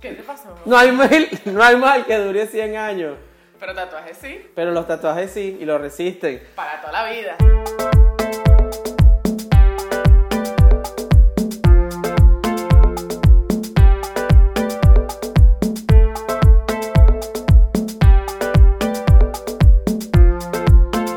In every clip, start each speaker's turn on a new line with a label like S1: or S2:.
S1: ¿Qué te pasó?
S2: No hay mal, no hay mal que dure 100 años,
S1: Pero tatuajes sí,
S2: pero los tatuajes sí y los resisten.
S1: para toda la vida.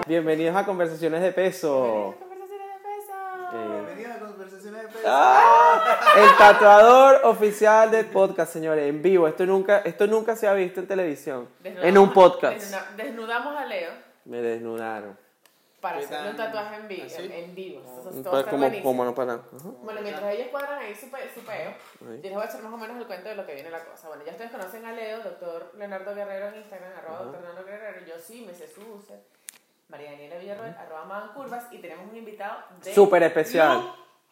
S2: Bienvenidos a Conversaciones de Peso.
S1: Conversaciones de peso.
S2: Eh,
S3: Bienvenidos a Conversaciones de Peso.
S2: ¡ah! El tatuador oficial del podcast, señores, en vivo. Esto nunca, esto nunca se ha visto en televisión.
S1: Desnudamos-
S2: en un podcast.
S1: desnuda- desnudamos a Leo
S2: Me desnudaron.
S1: para
S3: ¿Qué
S1: hacerle un
S3: tal? ¿Ah,
S1: tatuaje en vivo.
S3: ¿Así?
S1: En, en vivo. Eso, eso, todo
S2: Para-
S1: está
S2: Pues, Como,
S1: buenísimo.
S2: como no para. Ajá.
S1: Bueno, mientras ellos cuadran ahí su, pe- su peo,
S2: Ahí.
S1: yo les voy a echar más o menos el cuento de lo que viene la cosa. Bueno, ya ustedes conocen a Leo, doctor Leonardo Guerrero en Instagram, arroba
S2: Ajá.
S1: doctor Leonardo Guerrero, yo sí, me sé su user, María Daniela Villarroel, arroba Madan Curvas, y tenemos un invitado de...
S2: Súper especial.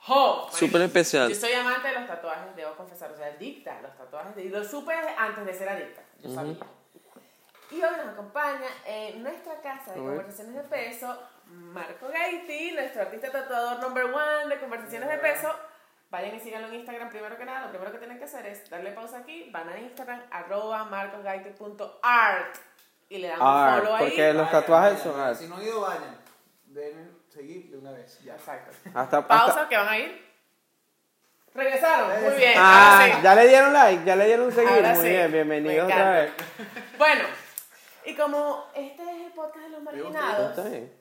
S1: lujo.
S2: Súper especial.
S1: Yo soy amante de los tatuajes, debo confesar, o sea, adicta a los tatuajes, y lo supe antes de ser adicta, yo sabía. Y hoy nos acompaña en nuestra casa de
S2: A ver.
S1: conversaciones de peso, Marco Gaiti, nuestro artista tatuador number one de conversaciones de peso. Vayan y síganlo en Instagram primero que nada, lo primero que tienen que hacer es darle pausa aquí, van a Instagram, arroba marcosgaiti.art y le dan
S2: Art,
S1: un follow ahí.
S2: porque- Los tatuajes son
S3: vayan.
S2: art.
S3: Si no han ido, vayan. Den seguir de una vez. Ya.
S1: Exacto.
S2: Hasta, hasta-
S1: Pausa, que van a ir. Regresaron, muy bien. ahora
S2: Ah,
S1: sí.
S2: ya le dieron like, ya le dieron seguir.
S1: Ahora
S2: Muy
S1: sí.
S2: bien,
S1: Me
S2: bienvenidos otra vez.
S1: encanta. Bueno, y como este es el podcast de los
S2: Está
S1: marginados,
S2: bien.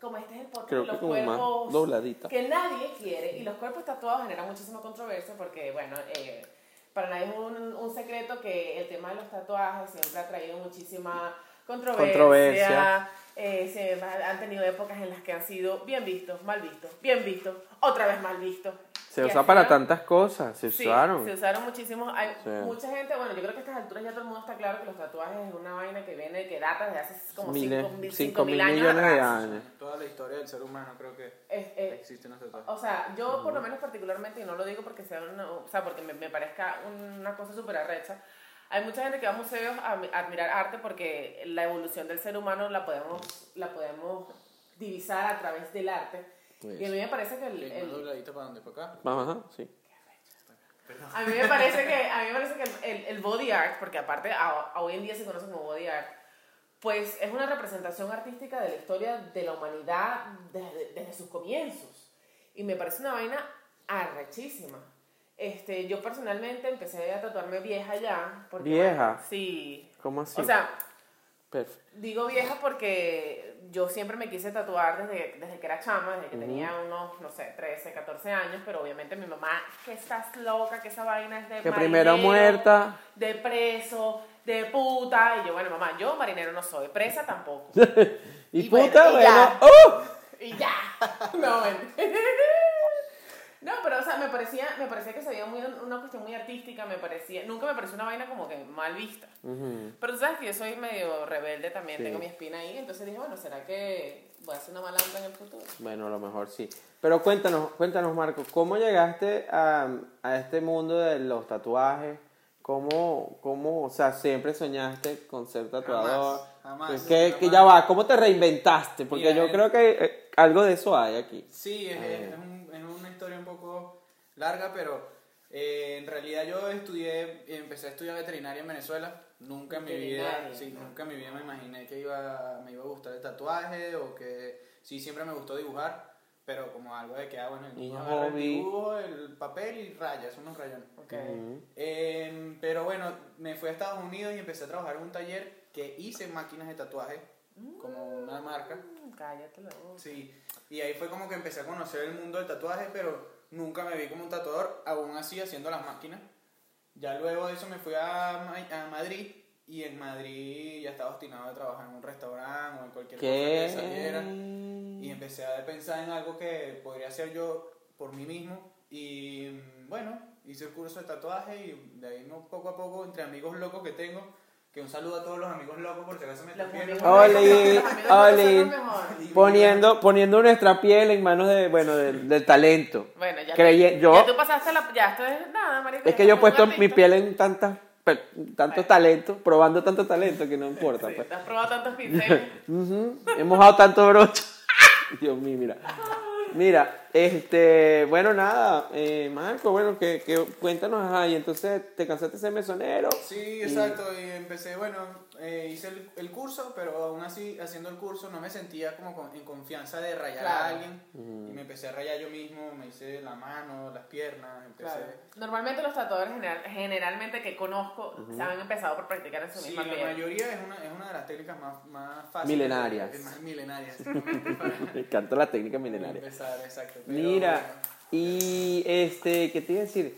S1: como este es el podcast
S2: Creo
S1: de
S2: que
S1: los
S2: como más
S1: cuerpos
S2: dobladita.
S1: que nadie quiere, y los cuerpos tatuados generan muchísima controversia porque, bueno, eh, para nadie es un, un secreto que el tema de los tatuajes siempre ha traído muchísima controversia.
S2: Controversia.
S1: Eh, se va- han tenido épocas en las que han sido bien vistos, mal vistos, bien vistos, otra vez mal vistos.
S2: Se
S1: Y
S2: usa
S1: así
S2: para
S1: va.
S2: tantas cosas, se
S1: Sí,
S2: usaron.
S1: se usaron muchísimos. Hay
S2: Sí.
S1: mucha gente, bueno, yo creo que a estas alturas ya todo el mundo está claro que los tatuajes es una vaina que viene, que data de hace como
S2: Miles-
S1: 5.000
S2: cinco
S1: 5.000
S2: mil
S1: años
S2: millones de
S1: atrás.
S2: años.
S3: Toda la historia del ser humano creo que
S1: Es- es-
S3: existe en los tatuajes.
S1: o sea, yo por lo menos particularmente, y no lo digo porque sea una- o sea, porque me, me parezca una cosa súper arrecha, hay mucha gente que va a museos a, mi- a admirar arte porque la evolución del ser humano la podemos, la podemos divisar a través del arte. Y a mí me parece que el-
S3: Sí, más
S1: el,
S3: dobladita para donde, para acá.
S2: Pues. Ajá, ajá, sí.
S1: A mí me parece que, a mí me parece que el, el body art, porque aparte a- a hoy en día se conoce como body art, pues es una representación artística de la historia de la humanidad desde, desde sus comienzos. Y me parece una vaina arrechísima. Este, yo personalmente empecé a tatuarme vieja ya. Porque,
S2: ¿Vieja?
S1: bueno, sí.
S2: ¿Cómo así?
S1: O sea,
S2: Perfecto.
S1: Digo vieja porque yo siempre me quise tatuar desde, desde que era chama, desde que tenía unos, no sé, 13, 14 años, pero obviamente mi mamá, que estás loca, que esa vaina es de
S2: Que
S1: marinero,
S2: primero muerta.
S1: de preso, de puta, y yo, bueno, mamá, yo marinero no soy, presa tampoco.
S2: Y,
S1: Y bueno,
S2: puta,
S1: y
S2: bueno.
S1: ya.
S2: ¡Oh!
S1: y ya. No, mentira. No, pero o sea, me parecía, me parecía que se veía muy, una cuestión muy artística, me parecía, nunca me pareció una vaina como que mal vista.
S2: ¡uh! Ujú.
S1: Pero tú sabes que yo soy medio rebelde también,
S2: Sí.
S1: tengo mi espina ahí, entonces dije, bueno, ¿será que voy a hacer una malandra en el futuro?
S2: Bueno, a lo mejor sí. Pero cuéntanos, cuéntanos, Marco, ¿cómo llegaste a, a este mundo de los tatuajes? ¿Cómo, cómo, o sea, siempre soñaste con ser tatuador?
S3: jamás,
S2: Pues, ¿qué-
S3: jamás.
S2: qué ya va, ¿cómo te reinventaste? Porque
S3: Mira,
S2: yo
S3: eh,
S2: creo que eh, algo de eso hay aquí.
S3: Sí,
S1: Ah,
S3: es, es- es un- es una historia un poco larga, pero eh, en realidad yo estudié, empecé a estudiar veterinaria en Venezuela. Nunca en mi vida,
S1: Veterinaria,
S3: sí,
S1: ¿no?
S3: nunca en mi vida me imaginé que iba, me iba a gustar el tatuaje o que sí siempre me gustó dibujar, pero como algo de que ah, bueno, el niño
S2: Un
S3: agarra el
S2: hobby.
S3: dibujo, el papel y rayas, unos rayones.
S1: Ok.
S2: Ujú.
S3: Em, pero bueno, me fui a Estados Unidos y empecé a trabajar en un taller que hice máquinas de tatuaje, como una marca.
S1: Mm, Cállate la boca.
S3: Sí, y ahí fue como que empecé a conocer el mundo del tatuaje, pero nunca me vi como un tatuador, aún así haciendo las máquinas. Ya luego de eso me fui a, Ma- a Madrid y en Madrid ya estaba obstinado de trabajar en un restaurante o en cualquier
S2: ¿Qué?
S3: cosa que saliera. Y empecé a pensar en algo que podría hacer yo por mí mismo. Y mm, bueno, hice el curso de tatuaje y de ahí no- poco a poco, entre amigos locos que tengo, que un saludo a todos los amigos locos por si acaso me
S1: Los
S3: están
S1: amigos-
S3: viendo.
S2: Oli,
S1: los amigos no son
S2: Oli.
S1: lo mejor.
S2: Poniendo, poniendo nuestra piel en manos de, bueno, del, del talento.
S1: Bueno, ya,
S2: Creyé-
S1: tú,
S2: yo-
S1: ya tú pasaste la... Ya, esto es nada, marica.
S2: Es que
S1: ya
S2: yo he
S1: estás
S2: puesto
S1: un
S2: mi
S1: artista.
S2: piel en tantas, per- tantos talentos, probando tantos talentos que no importa.
S1: Sí,
S2: pues.
S1: te has probado tantos pinceles.
S2: Ujú, He mojado tanto broche. Dios mío, mira. Mira, Este, bueno, nada, eh, Marco, bueno, que, que cuéntanos, ajá, y entonces te cansaste de ser mesonero.
S3: Sí, exacto, y empecé, bueno, eh, hice el, el curso, pero aún así, haciendo el curso, no me sentía como con- en confianza de rayar a
S1: Claro.
S3: alguien. Y me empecé a rayar yo mismo, me hice la mano, las piernas, empecé...
S1: Claro. Normalmente los tatuadores general- generalmente que conozco se han empezado por practicar en su
S3: Sí,
S1: misma
S3: la
S1: piel.
S3: mayoría es una, es una de las técnicas más, más fáciles.
S2: Milenarias.
S3: Es Más milenarias. para
S2: Me encanta la técnica milenaria.
S3: empezar, exacto. pero
S2: Mira, y este, ¿qué te iba a decir?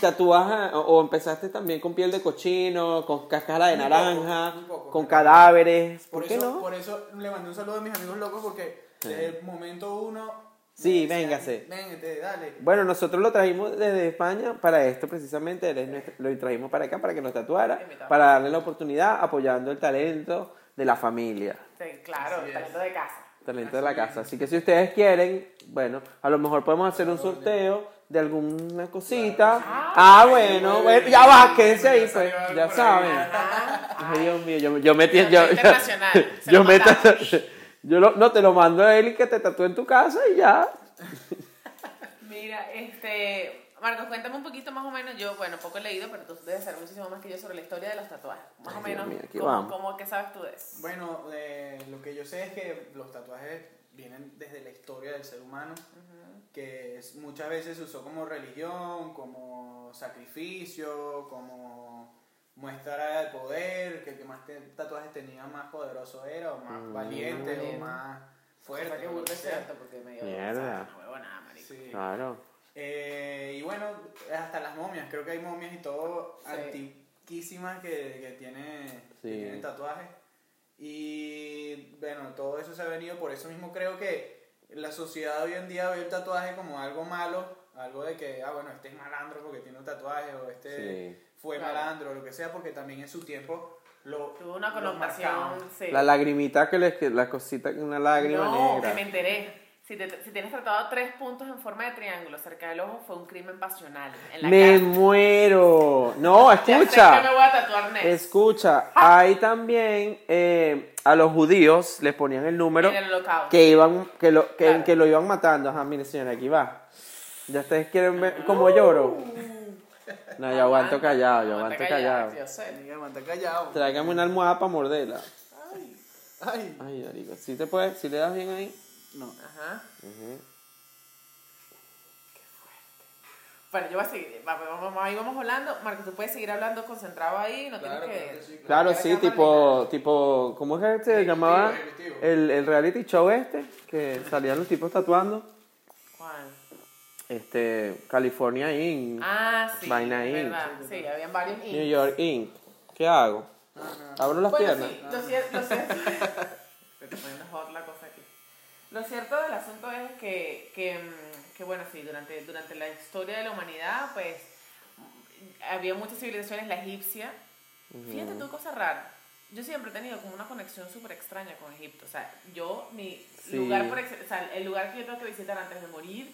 S2: Tatuaje, o, o empezaste también con piel de cochino, con cáscara de
S3: Un poco,
S2: naranja,
S3: un poco,
S2: con
S3: pero-
S2: cadáveres. ¿Por,
S3: Por
S2: qué
S3: eso,
S2: no?
S3: por eso le mandé un saludo a mis amigos locos porque desde el momento uno.
S2: Sí,
S3: me
S2: véngase.
S3: Véngate, dale.
S2: Bueno, nosotros lo trajimos desde España para esto precisamente, él es nuestro- lo trajimos para acá para que nos tatuara,
S1: Invitado.
S2: para darle la oportunidad apoyando el talento de la familia,
S1: Sí, claro,
S3: Así es.
S1: talento de casa.
S2: talento de la casa. Así que si ustedes quieren, bueno, a lo mejor podemos hacer un sorteo de alguna cosita. Ah, bueno, bueno, ya va, quédense ahí, pues, ya saben.
S1: Ah,
S2: Ay, Dios mío, yo, yo metí, yo,
S1: Pero
S2: yo,
S1: es internacional, se
S2: yo
S1: lo
S2: me
S1: mandamos.
S2: tatu- yo lo- no te lo mando a él y que te tatúe en tu casa y ya.
S1: mira, este, Marcos, cuéntame un poquito más o menos. Yo, bueno, poco he leído, pero tú debes saber muchísimo más que yo sobre la historia de los tatuajes. Más
S2: Ay,
S1: o
S2: Dios
S1: menos,
S2: mío, aquí
S1: ¿cómo,
S2: vamos.
S1: cómo- qué sabes tú de eso?
S3: Bueno, eh, lo que yo sé es que los tatuajes vienen desde la historia del ser humano, que es- muchas veces se usó como religión, como sacrificio, como muestra de poder, que el que más te- tatuajes tenía más poderoso era, o más valiente,
S1: Valiente.
S3: o más
S1: O sea,
S3: fuerte.
S1: que
S3: o lo
S1: burda
S3: que
S1: es
S3: sea.
S1: cierto, porque medio.
S2: Mierda.
S1: o sea, no huevo nada, marico.
S3: Sí.
S2: Claro.
S3: Eh, y bueno, hasta las momias, creo que hay momias y todo
S1: Sí.
S3: antiquísimas que, que, tiene, que
S2: Sí.
S3: tienen tatuajes. Y bueno, todo eso se ha venido, por eso mismo creo que la sociedad hoy en día ve el tatuaje como algo malo, algo de que, ah, bueno, este es malandro porque tiene un tatuaje, o este
S2: Sí.
S3: fue
S1: Claro.
S3: malandro, o lo que sea, porque también en su tiempo lo...
S1: Tuvo una
S3: lo
S1: connotación.
S3: marcaban.
S1: sí.
S2: La lagrimita que les que la cosita una lágrima
S1: No,
S2: negra.
S1: que me enteré. Si, te- si tienes tratado tres puntos en forma de triángulo cerca del ojo, fue un crimen pasional. En la
S2: Me
S1: cara.
S2: muero. No,
S1: Ya sé
S2: escucha.
S1: que me voy a tatuar next.
S2: Escucha, ahí también eh, a los judíos les ponían el número
S1: en el holocausto.
S2: que iban que lo que,
S1: Claro.
S2: que lo iban matando. Ajá, mire señora, aquí va. Ya ustedes quieren ver cómo lloro. No, yo aguanto callado, yo aguanto
S1: Uh. Aguanta
S2: callado.
S1: Yo sé.
S3: Amiga, mantén callado.
S2: Tráigame una almohada para morderla.
S3: Ay.
S2: Ay, marico, si te puedes, si le das bien ahí.
S3: No.
S1: Ajá.
S2: Ujú.
S1: Bueno, yo voy a seguir. va- va- Vamos, ahí vamos hablando. Marco, tú puedes seguir hablando concentrado ahí. No
S3: Claro,
S1: tienes que.
S3: claro que sí,
S2: Claro,
S1: no
S2: sí,
S1: tienes que
S2: tipo, tipo, ¿cómo es que se
S3: Definitivo,
S2: llamaba?
S3: definitivo.
S2: El, el reality show este, que salían los tipos tatuando.
S1: ¿Cuál?
S2: Este, California Inc.
S1: Ah, sí. es
S2: Vaina ahí.
S1: verdad. Sí, habían varios. in.
S2: New York Inc. ¿Qué hago? ¿Abro las
S1: bueno,
S2: piernas?
S1: sí, lo cierto, lo cierto. Se te pone hot la cosa aquí. Lo cierto del asunto es que, que, mm, que, bueno, sí, durante, durante la historia de la humanidad, pues, mm, había muchas civilizaciones, la egipcia. Fíjate tú, cosa rara. Yo siempre he tenido como una conexión súper extraña con Egipto. O sea, yo, mi
S2: Sí.
S1: lugar por excel- o sea, el lugar que yo tengo que visitar antes de morir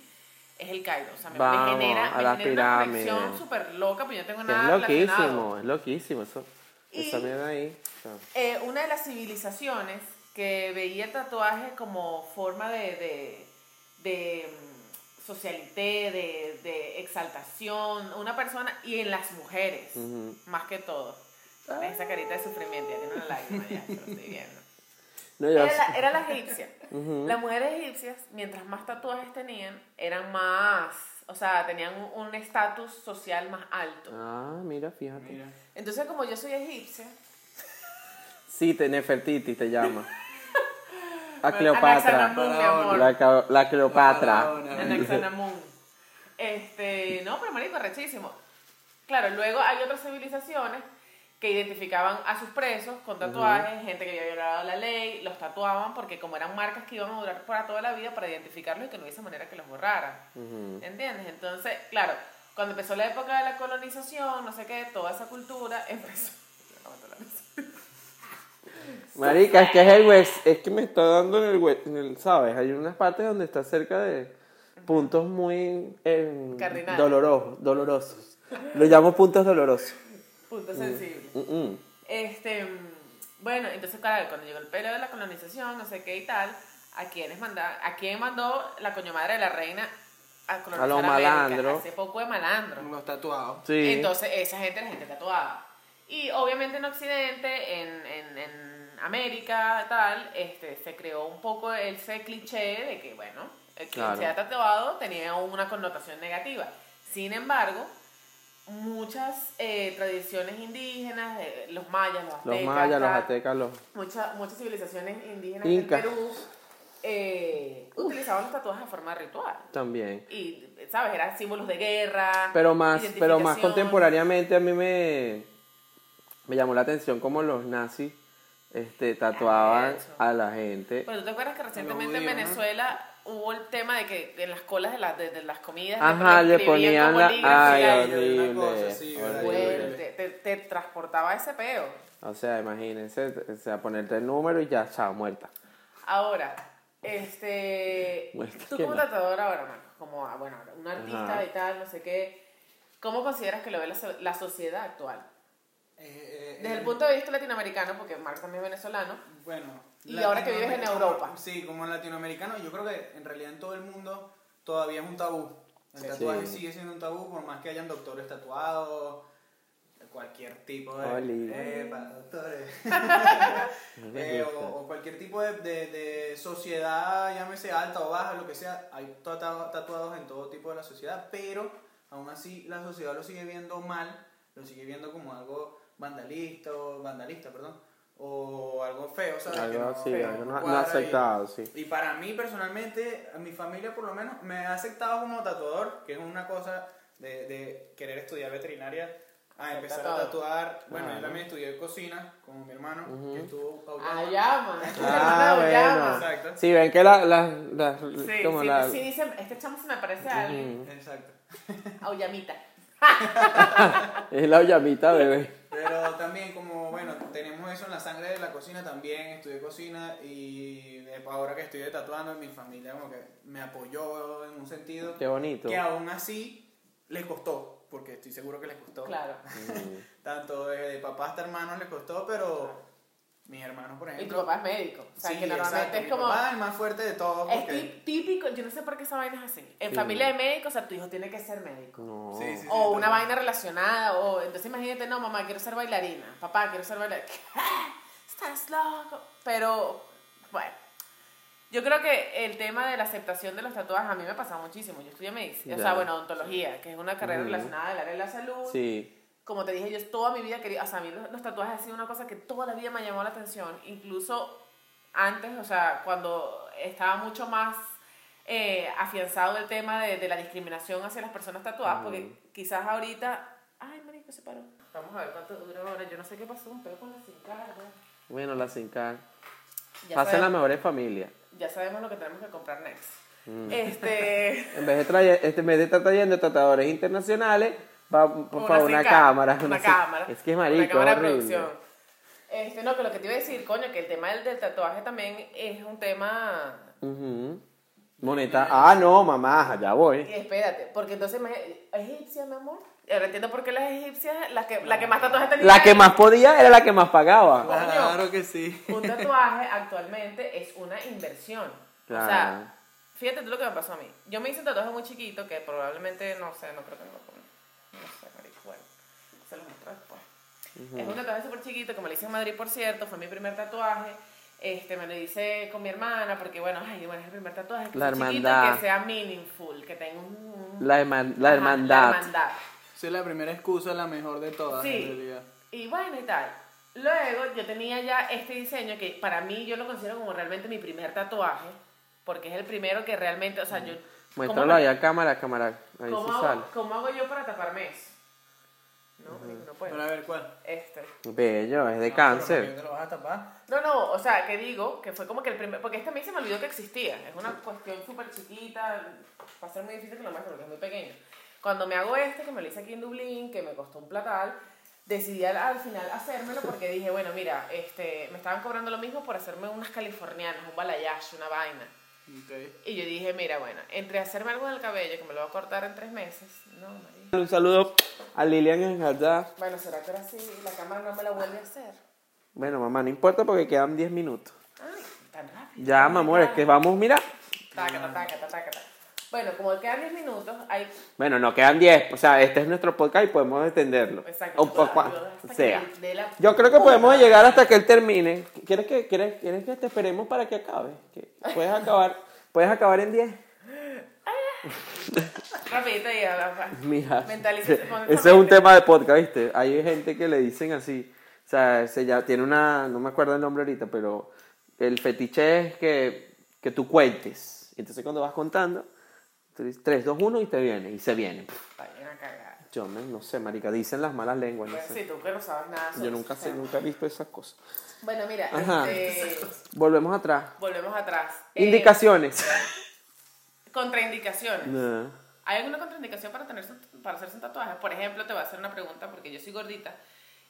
S1: es el Cairo. O sea, me, me
S2: Vamos,
S1: genera,
S2: a
S1: me
S2: la
S1: genera una
S2: pirámide.
S1: conexión súper loca, pero yo no tengo
S2: Es
S1: nada relacionado.
S2: loquísimo, es loquísimo eso.
S1: Y-
S2: Esa mierda ahí. No.
S1: Eh, una de las civilizaciones que veía el tatuaje como forma de, de, de, mm, socialité, de, de exaltación, una persona, y en las mujeres,
S2: Ujú.
S1: más que todo. Ves Esa carita de sufrimiento, ya tiene una lágrima, ya te lo estoy viendo.
S2: No, yo-
S1: Era la, era la egipcia.
S2: Ujú.
S1: Las mujeres egipcias, mientras más tatuajes tenían, eran más, o sea, tenían un- un estatus social más alto.
S2: Ah, mira, fíjate.
S3: Mira.
S1: Entonces, como yo soy egipcia,
S2: Sí, te Nefertiti te llama. A
S1: Bueno,
S2: Cleopatra.
S1: Anaxagamón, mi amor.
S2: La, ca- la
S3: Faraona.
S2: Cleopatra.
S1: Anaxanamun. Este, no, pero marico, rechísimo. Claro, luego hay otras civilizaciones que identificaban a sus presos con tatuajes, gente que había violado la ley, los tatuaban porque como eran marcas que iban a durar para toda la vida para identificarlos y que no hubiese manera que los borraran.
S2: Ujú.
S1: ¿Entiendes? Entonces, claro, cuando empezó la época de la colonización, no sé qué, toda esa cultura empezó...
S2: Marica, es que es el West, es que me está dando en el West, en el- ¿sabes? Hay unas partes donde está cerca de puntos muy eh,
S1: Cardinales.
S2: dolorosos, dolorosos. Lo llamo puntos dolorosos.
S1: Punto sensible.
S2: Mm-mm.
S1: Este, mm, bueno, entonces claro, cuando llegó el pelo de la colonización, no sé qué y tal, a quienes manda, a quién mandó la coño madre de la reina a colonizar
S2: A los
S1: América?
S2: malandros.
S1: Hace poco de malandros.
S3: Los tatuados.
S2: Sí.
S1: Entonces, esa gente, la gente tatuada. Y obviamente en Occidente, en, en, en América, tal, este, se creó un poco ese cliché de que, bueno, el que
S2: Claro.
S1: se ha tatuado tenía una connotación negativa. Sin embargo, muchas eh, tradiciones indígenas, eh, los mayas, los aztecas,
S2: los mayas, los
S1: tal,
S2: aztecas, los...
S1: mucha- muchas civilizaciones indígenas
S2: Inca.
S1: del Perú eh, utilizaban los tatuajes de forma ritual.
S2: También.
S1: Y, ¿sabes? Eran símbolos de guerra.
S2: Pero
S1: Ah,
S2: más, pero más
S1: identificación.
S2: contemporáneamente a mí me, me llamó la atención cómo los nazis este, tatuaban
S1: eso. Pues,
S2: a la gente.
S1: Pero tú te acuerdas que recientemente en
S3: judíos, ¿no?
S1: Venezuela hubo el tema de que en las colas de, las de, de las comidas
S2: Ajá, le ponían la... Ay,
S1: Ay,
S3: yo vi una
S2: horrible,
S3: cosa así, ¿verdad?
S2: horrible.
S1: te, te- te transportaba ese peo.
S2: O sea, imagínense, o sea, ponerte el número y ya, chao, muerta.
S1: Ahora, este...
S2: Bueno,
S1: tú
S2: Pues, ¿qué
S1: como
S2: más?
S1: tratador ahora, Marcos, como, ah, bueno, un artista
S2: Ajá.
S1: y tal, no sé qué, ¿cómo consideras que lo ve la, so- la sociedad actual?
S3: Eh, eh,
S1: Desde el
S3: eh,
S1: punto de vista latinoamericano, porque Marcos también es venezolano,
S3: Bueno.
S1: Y ahora que vives en
S3: latinoamericano-
S1: Europa.
S3: Sí, como latinoamericano, yo creo que en realidad en todo el mundo todavía es un tabú. El
S1: Sí.
S3: tatuaje
S2: Sí.
S3: sigue siendo un tabú, por más que hayan doctores tatuados, cualquier tipo de.
S2: Oli.
S3: Epa, doctores.
S2: No les
S3: Eh,
S2: gusta.
S3: o, o cualquier tipo de, de- de sociedad, llámese alta o baja, lo que sea, hay tata- tatuados en todo tipo de la sociedad, pero aún así la sociedad lo sigue viendo mal, lo sigue viendo como algo vandalista, o, vandalista perdón, o algo feo, ¿sabes? Que
S2: Algo
S3: no-
S2: así,
S3: que
S2: algo
S3: no
S2: no, no
S3: cuadra y-
S2: aceptado, sí.
S3: Y para mí personalmente, a mi familia por lo menos, me ha aceptado como tatuador, que es una cosa de, de querer estudiar veterinaria. A empezar a
S1: Tatuado.
S3: tatuar, bueno,
S2: Claro.
S3: yo también estudié cocina con mi hermano,
S2: Ujú.
S3: que estuvo aullando.
S1: a llama.
S2: Ah, bueno.
S3: Exacto.
S2: Sí, ven que la... la, la-
S1: Sí,
S2: como
S1: sí,
S2: la-
S1: sí, dicen, este chamo se me parece a alguien,
S2: Ujú.
S3: Exacto.
S1: a Ollamita.
S2: Es la llamita, bebé.
S3: Pero también como, bueno, tenemos eso en la sangre de la cocina también, estudié cocina y de- ahora que estoy de tatuando, mi familia como que me apoyó en un sentido
S2: Qué bonito.
S3: que aún así les costó, porque estoy seguro que les costó.
S1: Claro.
S2: Ujú.
S3: Tanto de, de papá hasta hermanos les costó, pero mis hermanos, por
S1: Y tu
S3: ejemplo...
S1: papá es médico. O sea,
S3: sí,
S1: que normalmente
S3: exacto,
S1: es
S3: mi
S1: como.
S3: papá es el más fuerte de todos.
S1: Es
S3: porque-
S1: tí- típico, yo no sé por qué esa vaina es así. En
S2: Sí.
S1: familia de médicos, o sea, tu hijo tiene que ser médico.
S2: No.
S3: Sí, sí, sí,
S1: o una
S3: total.
S1: vaina relacionada, o entonces imagínate, no, mamá, quiero ser bailarina, papá, quiero ser bailarina. Estás loco. Pero, bueno, yo creo que el tema de la aceptación de los tatuajes a mí me ha pasado muchísimo. Yo estudié medicina, o
S2: Ya.
S1: sea, bueno, odontología, que es una carrera
S2: Ujú.
S1: relacionada al área de la salud.
S2: Sí.
S1: como te dije, yo toda mi vida quería, o sea, a mí los, los tatuajes han sido una cosa que toda la vida me llamó la atención, incluso antes, o sea, cuando estaba mucho más eh, afianzado el tema de, de la discriminación hacia las personas tatuadas,
S2: Ujú.
S1: porque quizás ahorita, ay, marico, se paró. Vamos a ver cuánto dura ahora, yo no sé qué pasó, un pedo con la cincarra.
S2: Bueno, la sincar.
S1: Ya,
S2: Pasen las
S1: sabemos,
S2: mejores familias.
S1: ya sabemos lo que tenemos que comprar next.
S2: Mm.
S1: Este,
S2: En vez de, traer, este, en vez de estar trayendo tratadores internacionales, va por
S1: Una
S2: favor una
S1: Sincar,
S2: cámara.
S1: una
S2: Sin-
S1: cámara,
S2: Es que es
S1: una
S2: marico,
S1: cámara de
S2: horrible.
S1: producción. Este, no, que lo que te iba a decir, coño, que el tema del, del tatuaje también es un tema
S2: Ujú. Moneta. Ah, no, mamá, ya
S1: Y
S2: voy.
S1: espérate, porque entonces me, egipcia, mi amor. Ahora entiendo por qué las egipcias, la que, la que más tatuajes tenía.
S2: La que más podía era la que más pagaba.
S1: Claro
S3: que sí.
S1: Un tatuaje actualmente es una inversión. O
S2: Claro.
S1: sea, fíjate tú lo que me pasó a mí. Yo me hice un tatuaje muy chiquito que probablemente, no sé, no creo que me lo ponga. No sé, marico, bueno, se los muestro después. Es un tatuaje súper chiquito que me lo hice en Madrid, por cierto, fue mi primer tatuaje. Este, me lo hice con mi hermana porque, bueno, ay, bueno, es el primer tatuaje que
S2: La
S1: sea chiquito y
S2: hermandad.
S1: que sea meaningful, que tenga un... un-
S2: La, herman- la
S1: ajá,
S2: hermandad.
S1: La hermandad.
S3: Esa es la primera excusa, la mejor de todas,
S1: Sí.
S3: en realidad.
S1: Y bueno, y tal. Luego yo tenía ya este diseño que para mí yo lo considero como realmente mi primer tatuaje, porque es el primero que realmente, o sea, yo...
S2: Muéstralo ahí a cámara, cámara. Ahí
S1: ¿cómo,
S2: sí sale.
S1: hago, cómo hago yo para taparme eso? No, no puedo.
S3: Pero a ver, ¿cuál?
S1: Este.
S2: Bello, es de
S3: No, pero ¿por qué
S2: cáncer.
S3: te lo vas a tapar?
S1: No, no, o sea, que digo que fue como que el primer, porque este a mí se me olvidó que existía, es una cuestión súper chiquita, va a ser muy difícil que lo muestre porque es muy pequeño. Cuando me hago este, que me lo hice aquí en Dublín, que me costó un platal, decidí al, al final hacérmelo porque dije, bueno, mira, este, me estaban cobrando lo mismo por hacerme unas californianas, un balayage, una vaina.
S3: Ok.
S1: Y yo dije, mira, bueno, entre hacerme algo en el cabello, que me lo voy a cortar en tres meses, no, María.
S2: Un saludo a Lilian en Jardá.
S1: Bueno, ¿será que ahora sí la cámara no me la vuelve a hacer?
S2: Bueno, mamá, no importa porque quedan 10 minutos.
S1: Ay, tan rápido.
S2: Ya, mi amor, es que vamos, mira.
S1: Taca,
S2: Ah.
S1: taca, taca, taca, taca. Bueno, como quedan 10 minutos, hay
S2: Bueno, nos quedan 10. O sea, este es nuestro podcast y podemos extenderlo.
S1: Exacto.
S2: O, o
S1: toda la
S2: cua-
S1: ayuda hasta
S2: sea.
S1: que dé la
S2: Yo creo que
S1: puta.
S2: podemos llegar hasta que él termine. ¿Quieres que, quieres, quieres que te esperemos para que acabe? Que Puedes acabar, puedes acabar en 10.
S1: Rapidito y a la fa-
S2: Mira,
S1: Mentalízate con esa
S2: ese es un
S1: mente.
S2: tema de podcast, ¿viste? Hay gente que le dicen así, o sea, se ya, tiene una, no me acuerdo el nombre ahorita, pero el fetiche es que, que tú cuentes. Entonces cuando vas contando, tú dices 3, 2, 1 y te viene, y se viene. Pff,
S1: Está bien a cagar.
S2: Yo me- no sé, marica, dicen las malas lenguas, no
S1: Bueno,
S2: sé.
S1: Pues sí, tú que no sabes nada sobre
S2: Yo nunca
S1: ese
S2: sé,
S1: tema.
S2: nunca he visto esas cosas.
S1: Bueno, mira,
S2: Ajá.
S1: este,
S2: Volvemos atrás.
S1: volvemos atrás. Eh,
S2: Indicaciones.
S1: Contraindicaciones.
S2: No.
S1: ¿Hay alguna contraindicación para, tener, para hacerse un tatuaje? Por ejemplo, te voy a hacer una pregunta porque yo soy gordita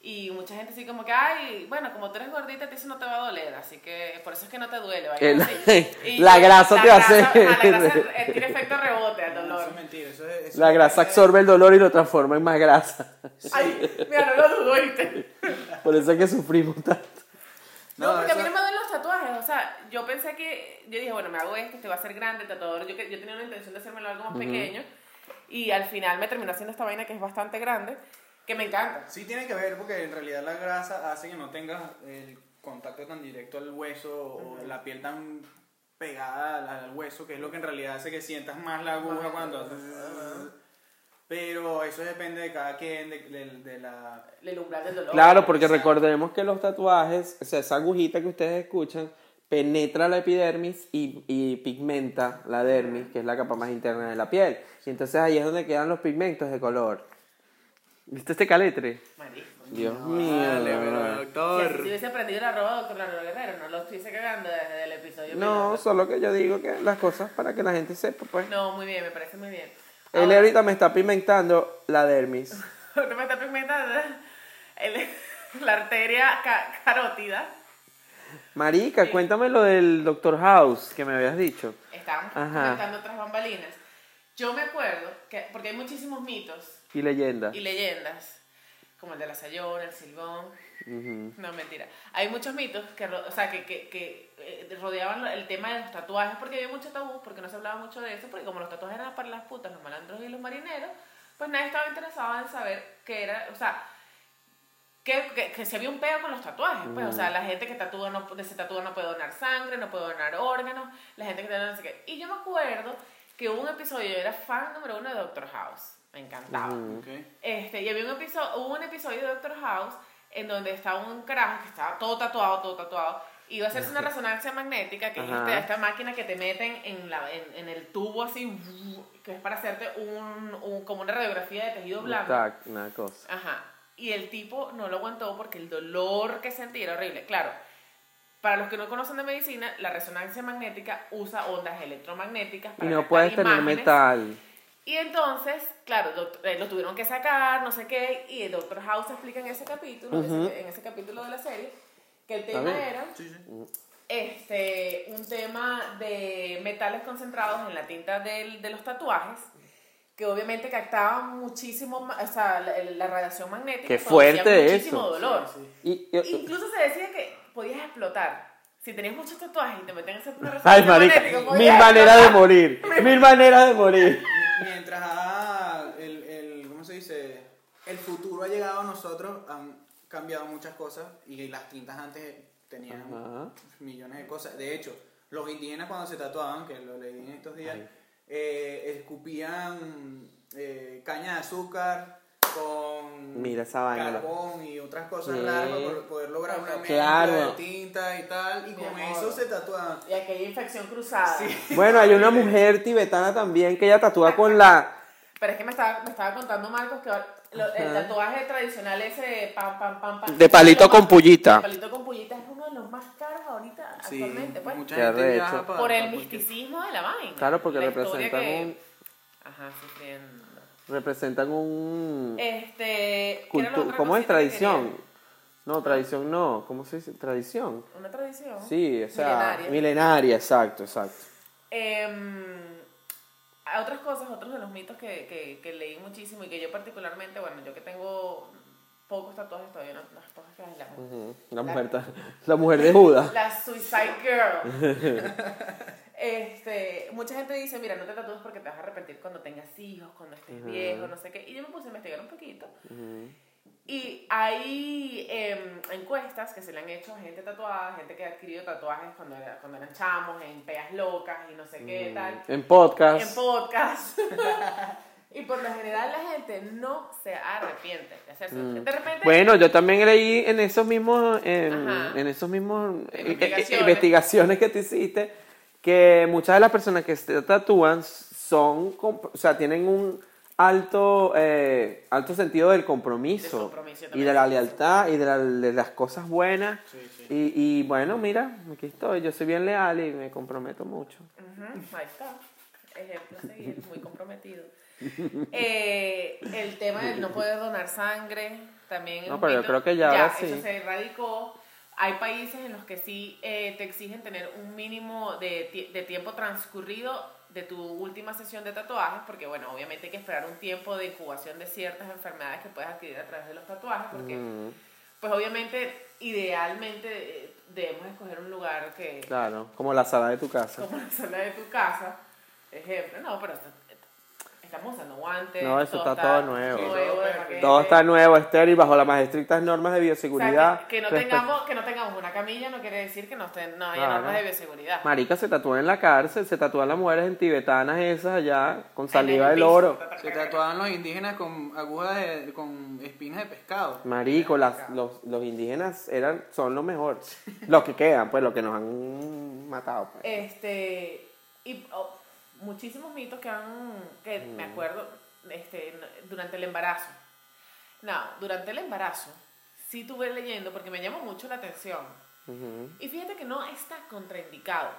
S1: y mucha gente así como que, ay, bueno, como tú eres gordita, a ti eso no te va a doler, así que por eso es que no te duele. vaya,
S2: El-
S1: así.
S2: la grasa te hace-
S1: ajá, La grasa eh, tiene efecto rebote al
S3: No,
S1: dolor.
S3: eso es mentira. Eso es, eso
S2: La
S3: es-
S2: grasa absorbe el dolor y lo transforma en más grasa.
S1: Ay, mira, no lo dudo, ¿viste?
S2: Por eso es que sufrimos tanto.
S1: No,
S3: No,
S1: porque a mí
S3: eso-
S1: no me duelen los tatuajes, o sea, yo pensé que, yo dije, bueno, me hago este, este va a ser grande, el tatuador, yo, que- yo tenía una intención de hacérmelo algo más pequeño y al final me terminó haciendo esta vaina que es bastante grande, que me encanta.
S3: Sí tiene que ver porque en realidad la grasa hace que no tengas el contacto tan directo al hueso o la piel tan pegada al- al hueso, que es lo que en realidad hace que sientas más la aguja cuando... Pero eso depende de cada quien, de, de- de la...
S1: El umbral del dolor.
S2: Claro, porque recordemos que los tatuajes, o sea, esa agujita que ustedes escuchan, penetra la epidermis y, y pigmenta la dermis, que es la capa más interna de la piel. Y entonces ahí es donde quedan los pigmentos de color. ¿Viste este caletre?
S1: Marico.
S2: Dios mío.
S1: Si si hubiese aprendido la arroba doctor Manuel Guerrero, no lo estuviese cagando desde el episodio.
S2: no,
S1: piloto.
S2: solo que yo digo que las cosas para que la gente sepa, pues.
S1: No, muy bien, me parece muy bien.
S2: Él
S1: Ahora,
S2: ahorita me está pigmentando la dermis.
S1: no me está pigmentando el- la arteria ca- carótida.
S2: Marica,
S1: Sí.
S2: cuéntame lo del Doctor House que me habías dicho.
S1: Estábamos
S2: Ajá.
S1: comentando otras bambalinas. Yo me acuerdo, que, porque hay muchísimos mitos
S2: Y leyenda.
S1: y leyendas, como el de la Sayona, el Silbón.
S2: Ujú.
S1: No, mentira. Hay muchos mitos que, ro- o sea, que, que, que, eh, rodeaban lo- el tema de los tatuajes, porque había mucho tabú, porque no se hablaba mucho de eso, porque como los tatuajes eran para las putas, los malandros y los marineros, pues nadie estaba interesado en saber qué era, o sea, que, que, que si había un pedo con los tatuajes, pues, o sea, la gente que tatúa no, que se tatúa no puede donar sangre, no puede donar órganos, la gente que tatúa no sé qué. Y yo me acuerdo que hubo un episodio, yo era fan número uno de Doctor House, me encantaba. Este, y había un episodio, hubo un episodio de Doctor House en donde estaba un carajo que estaba todo tatuado, todo tatuado. Iba a hacerse una resonancia magnética, que es
S2: Ajá.
S1: este- esta máquina que te meten en, la, en, en el tubo así, que es para hacerte un, un- como una radiografía de tejido blanco.
S2: Tac, una cosa.
S1: Ajá. Y el tipo no lo aguantó porque el dolor que sentía era horrible. Claro, para los que no conocen de medicina, la resonancia magnética usa ondas electromagnéticas
S2: Y
S1: para
S2: no
S1: captar
S2: puedes tener
S1: imágenes.
S2: metal.
S1: Y entonces, claro, doct- eh, lo tuvieron que sacar, no sé qué, y el Doctor House explica en ese capítulo,
S2: Ujú.
S1: ese- en ese capítulo de la serie, que el
S2: Está
S1: tema
S2: bien.
S1: era
S3: Sí, sí.
S1: este, un tema de metales concentrados en la tinta del- de los tatuajes, que obviamente captaban muchísimo, ma- o sea, la, la radiación magnética.
S2: Qué
S1: producía
S2: fuerte
S1: muchísimo
S2: eso.
S1: dolor.
S3: Sí, sí.
S2: Y, y-
S1: Incluso se decía que podías explotar. Si tenías muchos tatuajes y te metían a hacer una
S2: ay,
S1: resonancia
S2: marica,
S1: magnética,
S2: mil
S1: podías
S2: maneras de
S1: explotar.
S2: morir. Mil maneras de morir.
S3: Mientras ah, el, el, ¿cómo se dice? El futuro ha llegado a nosotros, han cambiado muchas cosas y las tintas antes tenían
S2: Ajá.
S3: millones de cosas. De hecho, los indígenas cuando se tatuaban, que lo leí en estos días,
S2: Ay.
S3: eh, escupían eh, caña de azúcar con
S2: Mira esa vaina.
S3: carbón y otras cosas
S2: Sí.
S3: raras para poder- poder lograr una mezcla
S2: Claro.
S3: de tinta y tal. Y
S1: Mi
S3: con
S1: amor.
S3: eso se tatuaban.
S1: Y aquella infección cruzada.
S2: Bueno, hay una mujer tibetana también que ella tatúa con la.
S1: Pero es que me estaba, me estaba contando Marcos que ahora- lo- el tatuaje tradicional ese de pam, pam, pam, pam.
S2: De palito con pullita.
S1: De palito con pullita es uno de los más caros ahorita actualmente, pues.
S3: mucha
S2: Qué
S3: gente
S2: arrecho.
S3: viaja pa-
S1: Por
S3: pa-
S1: el
S3: porque-
S1: misticismo de la vaina.
S2: Claro, porque
S1: La historia
S2: representan
S1: que-
S2: un.
S1: Ajá, sufriendo.
S2: Representan un.
S1: Este. ¿qué era la
S2: cultu-
S1: otra
S2: ¿Cómo es
S1: cosita que
S2: tradición? No, tradición no. ¿Cómo se dice? Tradición.
S1: quería? Una tradición.
S2: Sí, o sea.
S1: Milenaria.
S2: milenaria, exacto, exacto.
S1: Em, a otras cosas, otros de los mitos que, que, que leí muchísimo y que yo particularmente, bueno, yo que tengo pocos tatuajes todavía, no, las pocas que aislamos.
S2: Ujú. La mujer, ta- la mujer de Judas.
S1: La Suicide Girl. este, mucha gente dice, mira, no te tatúes porque te vas a arrepentir cuando tengas hijos, cuando estés
S2: Ajá.
S1: viejo, no sé qué. Y yo me puse a investigar un poquito.
S2: Ujú.
S1: Y hay em, encuestas que se le han hecho a gente tatuada, gente que ha adquirido tatuajes cuando, era- cuando eran chamos, en peas locas y no sé
S2: Mm.
S1: qué tal,
S2: En podcast.
S1: en podcast. y por lo general la gente no se arrepiente de hacerse.
S2: Mm.
S1: De repente,
S2: Bueno, yo también leí en esos mismos, en,
S1: Ajá.
S2: en esos mismos eh, eh, eh,
S1: Investigaciones.
S2: investigaciones que te hiciste, que muchas de las personas que se tatúan son, comp- o sea, tienen un alto, eh, alto sentido del compromiso,
S1: Del compromiso, yo
S2: y
S1: también
S2: de la
S1: pienso.
S2: lealtad y de, la- de las cosas buenas.
S3: Sí, sí.
S2: Y, y bueno, mira, aquí estoy, yo soy bien leal y me comprometo mucho.
S1: Ujú, ahí está. Ejemplo a seguir, muy comprometido. Eh, el tema de no poder donar sangre también. es
S2: No,
S1: un
S2: pero yo
S1: mito.
S2: creo que ya ahora sí.
S1: Eso se erradicó. Hay países en los que sí eh, te exigen tener un mínimo de, ti- de tiempo transcurrido de tu última sesión de tatuajes, porque bueno, obviamente hay que esperar un tiempo de incubación de ciertas enfermedades que puedes adquirir a través de los tatuajes, porque
S2: Mm,
S1: pues obviamente, idealmente eh, debemos escoger un lugar que,
S2: claro, como la sala de tu casa.
S1: como la sala de tu casa. Ejemplo, no, pero está- estamos usando guantes.
S2: No, eso está todo nuevo.
S3: Sí,
S1: de
S3: todo
S1: paquete.
S2: Todo está nuevo, estéril, bajo las más estrictas normas
S1: O sea,
S2: de
S1: que-
S2: bioseguridad.
S1: que, no
S2: respecto-
S1: tengamos, que no tengamos una camilla no quiere decir que no, estén, no haya
S2: Claro.
S1: normas de bioseguridad.
S2: Marica se tatúa en la cárcel, se tatúan las mujeres en tibetanas esas allá, con
S1: En
S2: saliva
S1: el
S2: del
S1: piso, pues,
S2: oro.
S1: ta, ta, ta,
S3: Se
S1: ta, ta.
S3: tatuaban los indígenas con agujas de, con espinas de pescado.
S2: Marico, las, los, los indígenas eran, son los mejores. Los que quedan, pues, los que nos han matado. pues.
S1: Este, y oh, muchísimos mitos que han, que me
S2: Mm.
S1: acuerdo, este, n- durante el embarazo. No, durante el embarazo, sí tuve leyendo porque me llamó mucho la atención.
S2: Ujú.
S1: Y fíjate que no está contraindicado.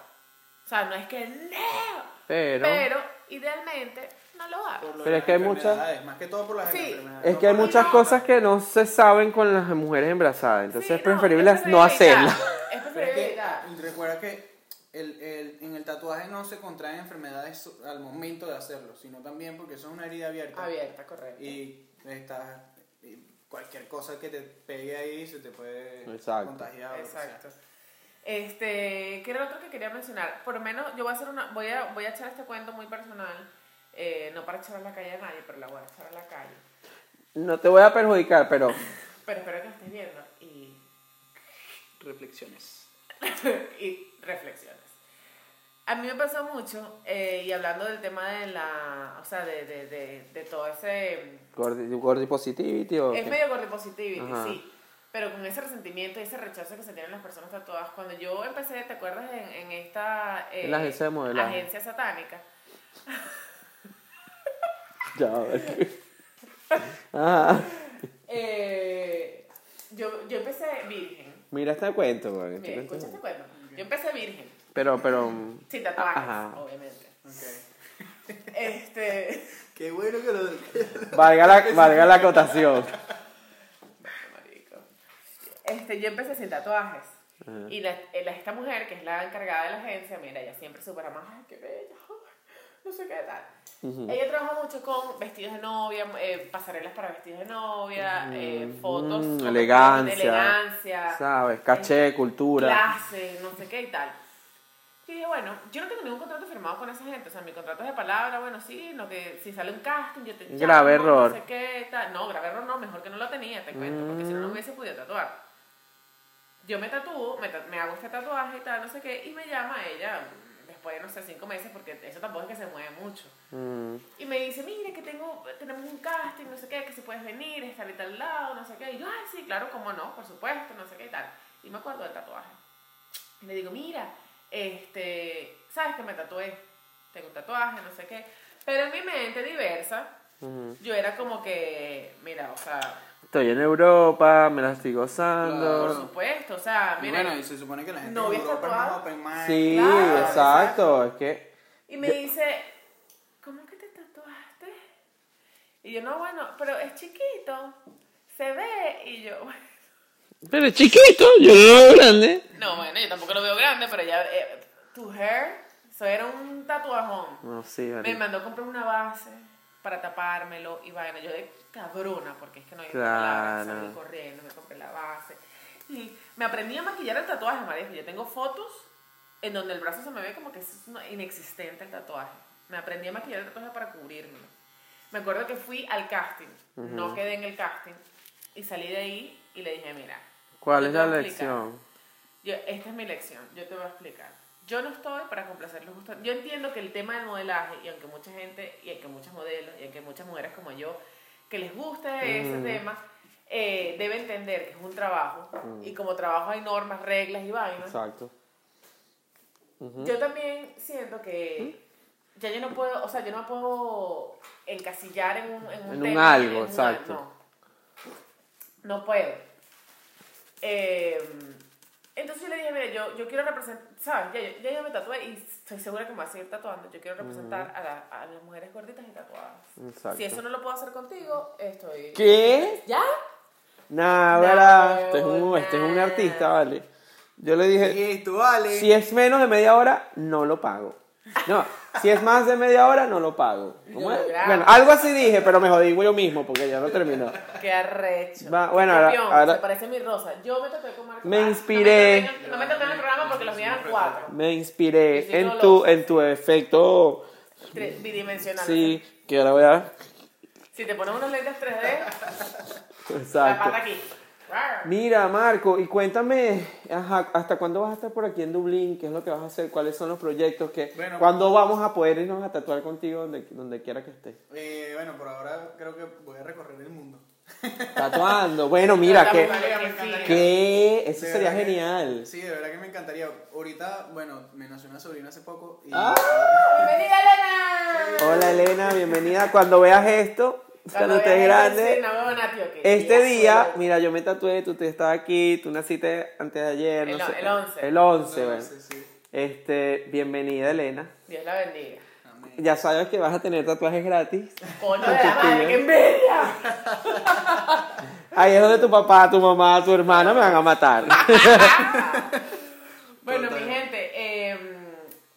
S1: O sea, no es que no,
S2: Pero,
S1: pero idealmente no lo hagas.
S3: Por lo
S2: Pero
S3: de
S2: es que hay
S3: las
S2: muchas-
S3: enfermedades, Más que todo por las
S1: Sí.
S3: enfermedades.
S2: es
S3: no
S2: que hay
S3: por-
S2: muchas
S1: no.
S2: cosas que no se saben con las mujeres embarazadas, entonces
S1: Sí,
S2: es preferible
S1: es
S2: no
S1: preferible
S2: hacerlas.
S1: evitar, Es
S3: Pero es
S1: preferible
S3: que
S1: evitar.
S3: y recuerda que el, el- en el tatuaje no se contraen enfermedades so- al momento de hacerlo, sino también porque eso es una herida abierta.
S1: Abierta, correcto.
S3: Y estás y cualquier cosa que te pegue ahí se te puede
S2: Exacto.
S3: contagiar. o lo que sea.
S1: Exacto. Este, ¿qué era lo otro que quería mencionar? Por lo menos yo voy a hacer una, voy a, voy a echar este cuento muy personal, eh, no para echar a la calle a nadie, pero la voy a echar a la calle.
S2: No te voy a perjudicar, pero
S1: Pero espero que estés viendo y,
S3: Reflexiones.
S1: y reflexiones. A mí me pasó mucho, eh, y hablando del tema de la, o sea, de, de, de, de todo ese,
S2: gordi, gordi positivity o
S1: Es
S2: qué?
S1: medio gordipositivity,
S2: Ajá.
S1: sí. Pero con ese resentimiento y ese rechazo que se tienen las personas tatuadas. Cuando yo empecé, ¿te acuerdas? En, en esta eh,
S2: En la agencia de modelaje.
S1: agencia satánica.
S2: Ya, vale. Ajá.
S1: eh, yo, yo empecé virgen.
S2: Mira este cuento, güey.
S1: Mira, escucha este cuento. Yo empecé virgen,
S2: Pero, pero.
S1: sin tatuajes,
S2: Ah, Ajá.
S1: obviamente.
S3: Okay.
S1: Este,
S3: Qué bueno que lo.
S2: Valga la, valga la acotación.
S1: marico. este, yo empecé sin tatuajes.
S2: Ajá.
S1: Y la, eh, la- esta mujer, que es la encargada de la agencia, mira, ella siempre súper amable, ay, qué bella, no sé qué tal.
S2: Ujú.
S1: Ella trabaja mucho con vestidos de novia, eh, pasarelas para vestidos de novia, eh, fotos.
S2: Mm,
S1: con-
S2: elegancia.
S1: de elegancia,
S2: ¿Sabes? Caché, cultura.
S1: clase, no sé qué y tal. Y dije, bueno, yo no tengo ningún contrato firmado con esa gente. O sea, mi contrato es de palabra, bueno, sí, no que si sale un casting, yo te llamo,
S2: Grave error.
S1: No sé qué tal. No, grave error no, mejor que no lo tenía, te cuento, porque si no, no
S2: Mm.
S1: me hubiese podido tatuar. Yo me tatúo, me, ta- me hago este tatuaje y tal, no sé qué, y me llama ella después de, no sé, cinco meses, porque eso tampoco es que se mueve mucho.
S2: Mm,
S1: Y me dice, mire, que tengo, tenemos un casting, no sé qué, que si puedes venir, estar y tal lado, no sé qué. Y yo, ay, sí, claro, cómo no, por supuesto, no sé qué y tal. Y me acuerdo del tatuaje. Y le digo, mira, este, ¿sabes que me tatué? Tengo un tatuaje, no sé qué. Pero en mi mente diversa,
S2: mm.
S1: yo era como que, mira, o sea,
S2: Estoy en Europa, me la estoy
S1: por
S2: gozando.
S1: supuesto, o sea,
S3: Y
S1: mira.
S3: bueno, y se supone que la gente
S1: ¿No
S3: en
S1: ves
S3: Europa es más
S1: tatuado?
S3: open mind.
S2: Sí,
S1: Claro,
S2: exacto. Es que.
S1: Y me dice, ¿cómo que te tatuaste? Y yo, no, bueno, pero es chiquito, se ve. Y yo, bueno.
S2: Pero chiquito, yo no lo grande.
S1: No, bueno, yo tampoco lo veo grande, pero ya. eh, tu hair, eso era un tatuajón.
S2: No, sí,
S1: Me
S2: vale.
S1: mandó a comprar una base. para tapármelo y vaina. Yo de cabrona, porque es que no hay otra palabra,
S2: Claro.
S1: salí corriendo, me compré la base. Y me aprendí a maquillar el tatuaje, María. Yo tengo fotos en donde el brazo se me ve como que es una- inexistente el tatuaje. Me aprendí a maquillar el tatuaje para cubrirme. Me acuerdo que fui al casting, no quedé en el casting, y salí de ahí y le dije, mira,
S2: ¿Cuál
S1: yo
S2: es
S1: te
S2: la
S1: voy a explicar.
S2: lección?
S1: Yo- esta es mi lección, yo te voy a explicar. Yo no estoy para complacer los gustos. Yo entiendo que el tema del modelaje, y aunque mucha gente, y aunque muchos modelos, y aunque muchas mujeres como yo, que les gusta ese
S2: Mm.
S1: tema, eh, debe entender que es un trabajo, y como trabajo hay normas, reglas y vainas.
S2: Exacto. Ujú.
S1: Yo también siento que ya yo no puedo, o sea, yo no puedo encasillar en un, en un
S2: En un
S1: tema,
S2: algo, exacto.
S1: no. no. puedo. Eh, entonces yo le dije, mira, yo, yo quiero representar, ¿sabes? Ya, ya yo me tatué y estoy segura que me voy a seguir tatuando. Yo quiero representar a, la- a las mujeres gorditas y tatuadas.
S2: Exacto.
S1: Si eso no lo puedo hacer contigo, estoy...
S2: ¿Qué?
S1: ¿Ya?
S2: Nah,
S1: No,
S2: verdad. Este es, un, este es un
S1: nah.
S2: artista, vale. Yo le dije,
S3: Y tú, vale.
S2: Si es menos de media hora, no lo pago. No, si es más de media hora, no lo pago. ¿Cómo
S1: Yo
S2: es?
S1: lo grabo.
S2: Bueno, algo así dije, pero me jodí yo mismo porque ya no terminó.
S1: Qué arrecho.
S2: Va, bueno,
S1: Qué
S2: ahora-
S1: copión,
S2: ahora-
S1: se parece a mi rosa. Yo me tatué con Marco
S2: Me
S1: Paz.
S2: inspiré.
S1: No me tatué en- No me tatué en el programa porque los días eran cuatro.
S2: Me
S1: Sí,
S2: inspiré
S1: sí,
S2: en
S1: no
S2: tu,
S1: lo-
S2: en tu efecto.
S1: Tres- Bidimensional.
S2: Sí, que ahora voy a.
S1: Si te pones unos lentes 3D, la pata
S2: Exacto.
S1: aquí.
S2: Mira, Marco, y cuéntame, ajá, ¿hasta cuándo vas a estar por aquí en Dublín? ¿Qué es lo que vas a hacer? ¿Cuáles son los proyectos? que
S3: Bueno.
S2: ¿Cuándo vamos a poder irnos a tatuar contigo donde, donde quiera que estés?
S3: Eh, bueno, por ahora creo que voy a recorrer el mundo.
S2: Tatuando. Bueno, mira,
S1: La
S2: que,
S1: mujer
S3: que-
S1: encantaría.
S2: que eso
S3: De
S2: sería
S3: verdad que-
S2: genial.
S3: Sí, de verdad que me encantaría. Ahorita, bueno, me nació una sobrina hace poco y
S2: Ah.
S1: ¡Bienvenida, Elena!
S2: Hola Elena, bienvenida. Cuando veas esto, cuando estés grande. Este día, mira, yo me tatué, tú te estabas aquí, tú naciste antes de ayer.
S1: El
S2: no
S1: o-
S2: sé,
S1: el 11.
S2: El 11,
S3: no,
S2: bueno.
S3: sí, sí.
S2: Este, bienvenida Elena.
S1: Dios la bendiga.
S3: Amén.
S2: Ya sabes que vas a tener tatuajes gratis.
S1: Coño
S2: Este
S1: de la madre, qué envidia.
S2: Ahí es donde tu papá, tu mamá, tu hermana me van a matar.
S1: Bueno,
S3: Total.
S1: mi gente, em,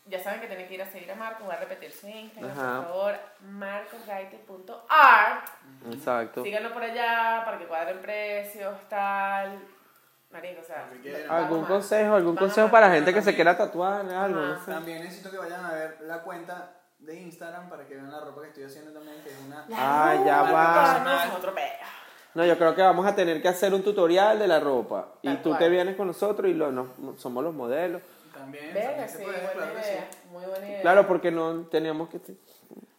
S1: ya saben que tienen que ir a seguir a Marco, voy a repetir su Instagram,
S2: Ajá.
S1: por favor, marcosgaite.art.
S2: Exacto.
S1: Síganlo por allá para que cuadren precios, tal. Marico, o sea,
S3: Lo que quieran.
S1: vamos
S2: ¿Algún
S1: mal.
S2: consejo, algún
S1: Vamos
S2: consejo
S1: mal.
S2: para gente que se quiera tatuar? Algo,
S1: Ajá.
S2: no sé.
S3: También necesito que vayan a ver la cuenta de Instagram para que vean la ropa que estoy haciendo también, que es una...
S1: La
S2: Ah, ya
S1: ropa,
S2: va.
S1: no, es otro pedo.
S2: No, yo creo que vamos a tener que hacer un tutorial de la ropa. Y
S1: Tal
S2: tú
S1: cual.
S2: te vienes con nosotros y lo, nos- somos los modelos.
S3: También,
S1: Verga,
S3: también se
S1: sí,
S3: puede,
S1: buena
S3: claro que sí.
S1: idea. Muy buena idea.
S2: Claro, porque no teníamos que... te-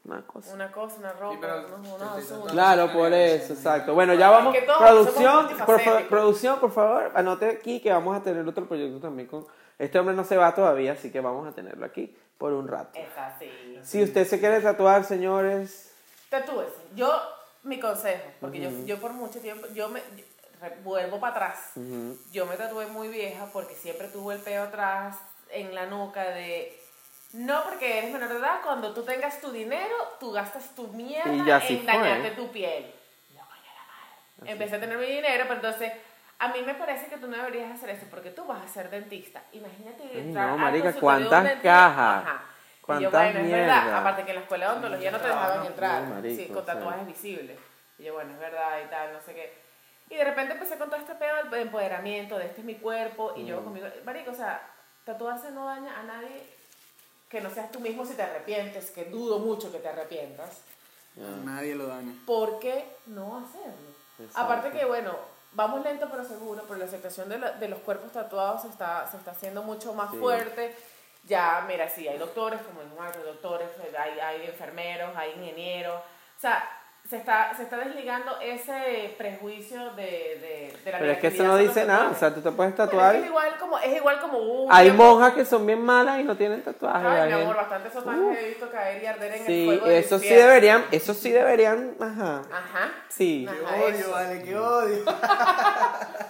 S2: Una cosa.
S1: Una cosa, una ropa,
S3: Sí, pero
S1: unos-
S3: te-
S1: unos
S3: te- te-
S1: asuntos.
S2: Claro, por eso, exacto. Bueno, ya vamos.
S1: Que todos
S2: Producción,
S1: somos
S2: por, fa-
S1: multifacéticos.
S2: producción, por favor, anote aquí que vamos a tener otro proyecto también con... Este hombre no se va todavía, así que vamos a tenerlo aquí por un rato.
S1: Es así.
S2: Si usted se quiere tatuar, señores...
S1: Tatúese. Yo, mi consejo, porque yo, yo por mucho tiempo, yo me yo- re- vuelvo para atrás.
S2: ujú,
S1: Yo me tatué muy vieja porque siempre tuve el peo atrás en la nuca de... No, porque eres menor de edad, cuando tú tengas tu dinero, tú gastas tu mierda
S2: Y ya así
S1: en
S2: fue.
S1: dañarte tu piel. Yo, coño, la madre. Empecé a tener mi dinero, pero entonces... A mí me parece que tú no deberías hacer eso porque tú vas a ser dentista. Imagínate entrar
S2: no,
S1: al consultorio
S2: marica,
S1: de un
S2: ¿cuántas
S1: dentista.
S2: cajas?
S1: Ajá. Y yo,
S2: ¿Cuántas
S1: bueno, es verdad.
S2: mierdas?
S1: Aparte que en la escuela de odontología no te
S3: trabajo,
S1: dejaban
S3: no,
S1: entrar
S2: marico,
S1: sí, con
S2: o sea.
S1: tatuajes visibles. Y yo, bueno, es verdad y tal, no sé qué. Y de repente empecé con todo este pedo de empoderamiento, de este es mi cuerpo, y
S2: Mm.
S1: yo conmigo, marico, o sea, tatuarse no daña a nadie que no seas tú mismo si te arrepientes, que dudo mucho que te arrepientas.
S2: Ah,
S3: Nadie lo daña.
S1: ¿por qué no hacerlo?
S2: Exacto.
S1: Aparte que, bueno, vamos lento pero seguro, pero la aceptación de, la- de los cuerpos tatuados se está, se está haciendo mucho más
S2: Sí.
S1: fuerte. Ya, mira, sí, hay doctores, como dijo Marco, doctores, hay, hay enfermeros, hay ingenieros. O sea, se está, se está desligando ese prejuicio de, de, de la
S2: Pero es que eso
S1: negatividad
S2: no
S1: sobre
S2: dice
S1: los
S2: nada, o
S1: tatuajes.
S2: sea, tú te puedes
S1: Bueno,
S2: tatuar...
S1: es, que igual como, es igual como un...
S2: Hay
S1: tiempo-
S2: monjas que son bien malas y no tienen tatuaje.
S1: Ay, mi
S2: Gabriel.
S1: amor, bastantes sotanes
S2: Uh.
S1: he visto caer y arder en el
S2: sí,
S1: fuego del
S2: eso sí
S1: infierno. Ah,
S2: deberían, eso sí deberían, ajá.
S1: Ajá.
S2: Sí.
S3: Qué
S1: Ajá,
S3: odio,
S1: eso.
S3: vale, qué odio.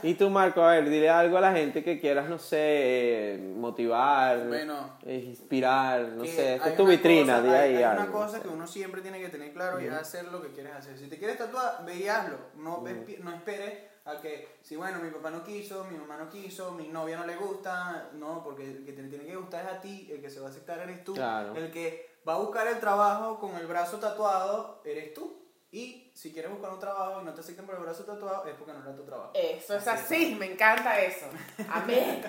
S2: Y tú, Marco, a ver, dile algo a la gente que quieras, no sé, eh, motivar,
S3: Bueno.
S2: eh, inspirar, no
S3: Que
S2: sé, esta
S3: hay
S2: es tu
S3: una
S2: vitrina,
S3: cosa-
S2: de ahí
S3: hay, hay
S2: algo.
S3: una cosa que uno siempre tiene que tener claro y es hacer lo que quieres hacer. Si te quieres tatuar, ve y hazlo. No, espi- no esperes a que, si bueno, mi papá no quiso, mi mamá no quiso, mi novia no le gusta, no, porque el que te tiene que gustar es a ti, el que se va a aceptar eres tú,
S2: Claro.
S3: el que va a buscar el trabajo con el brazo tatuado, eres tú. Y si quieres buscar un trabajo y no te aceptan por el brazo tatuado, es porque no era tu trabajo.
S1: Eso es
S3: Así
S1: así, me encanta eso. Amén.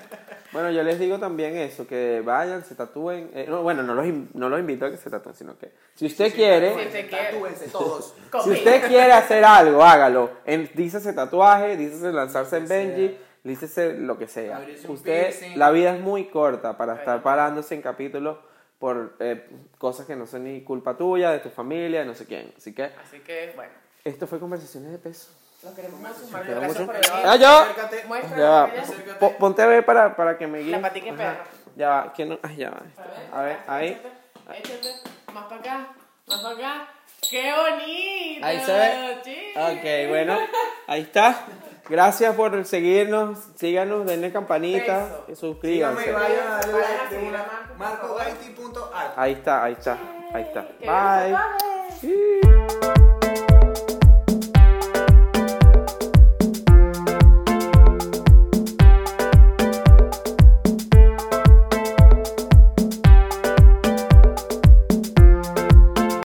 S2: Bueno, yo les digo también eso, que vayan, se tatúen. Eh, no, bueno, no los, in- no los invito a que se tatúen, sino que si usted quiere,
S1: sí, sí.
S3: Tatúense, tatúense todos.
S2: si
S1: Conmigo.
S2: usted quiere hacer algo, hágalo. En, dícese tatuaje, dícese lanzarse en Benji, dícese lo que sea.
S3: Abrirse un
S2: Usted,
S3: piercing.
S2: la vida es muy corta para
S1: Ay.
S2: estar parándose en capítulos por eh, cosas que no son ni culpa tuya, de tu familia, de no sé quién. Así que
S1: Así que, bueno,
S2: esto fue Conversaciones de Peso.
S1: los queremos mucho. Mario,
S2: queda
S1: gracias
S2: mucho.
S1: por
S2: Ah,
S1: venir.
S2: yo.
S3: Acércate.
S1: Muestra
S2: Ya va.
S1: la botella.
S3: Acércate.
S2: Po- ponte a ver para, para que me guíe.
S1: La patica es
S2: Ajá.
S1: perra.
S2: Ya va, que no. Ay, ya va. A ver, ahí.
S1: Échate, échate, más para acá, más para acá. ¡Qué bonito!
S2: Ahí se ve.
S1: chico!
S2: Ok, bueno, ahí está. Gracias por seguirnos. Síganos, denle campanita.
S1: Eso.
S2: y
S3: Síganme y
S2: Suscríbanse.
S3: vayan a darle
S1: Vayan a
S3: like de
S1: seguir
S3: una.
S1: a Marco, por favor.
S3: MarcoIT.art.
S2: Ahí está, ahí está. Ahí
S1: ¡Qué bien se
S2: está.
S1: come!
S2: Bye. Sí.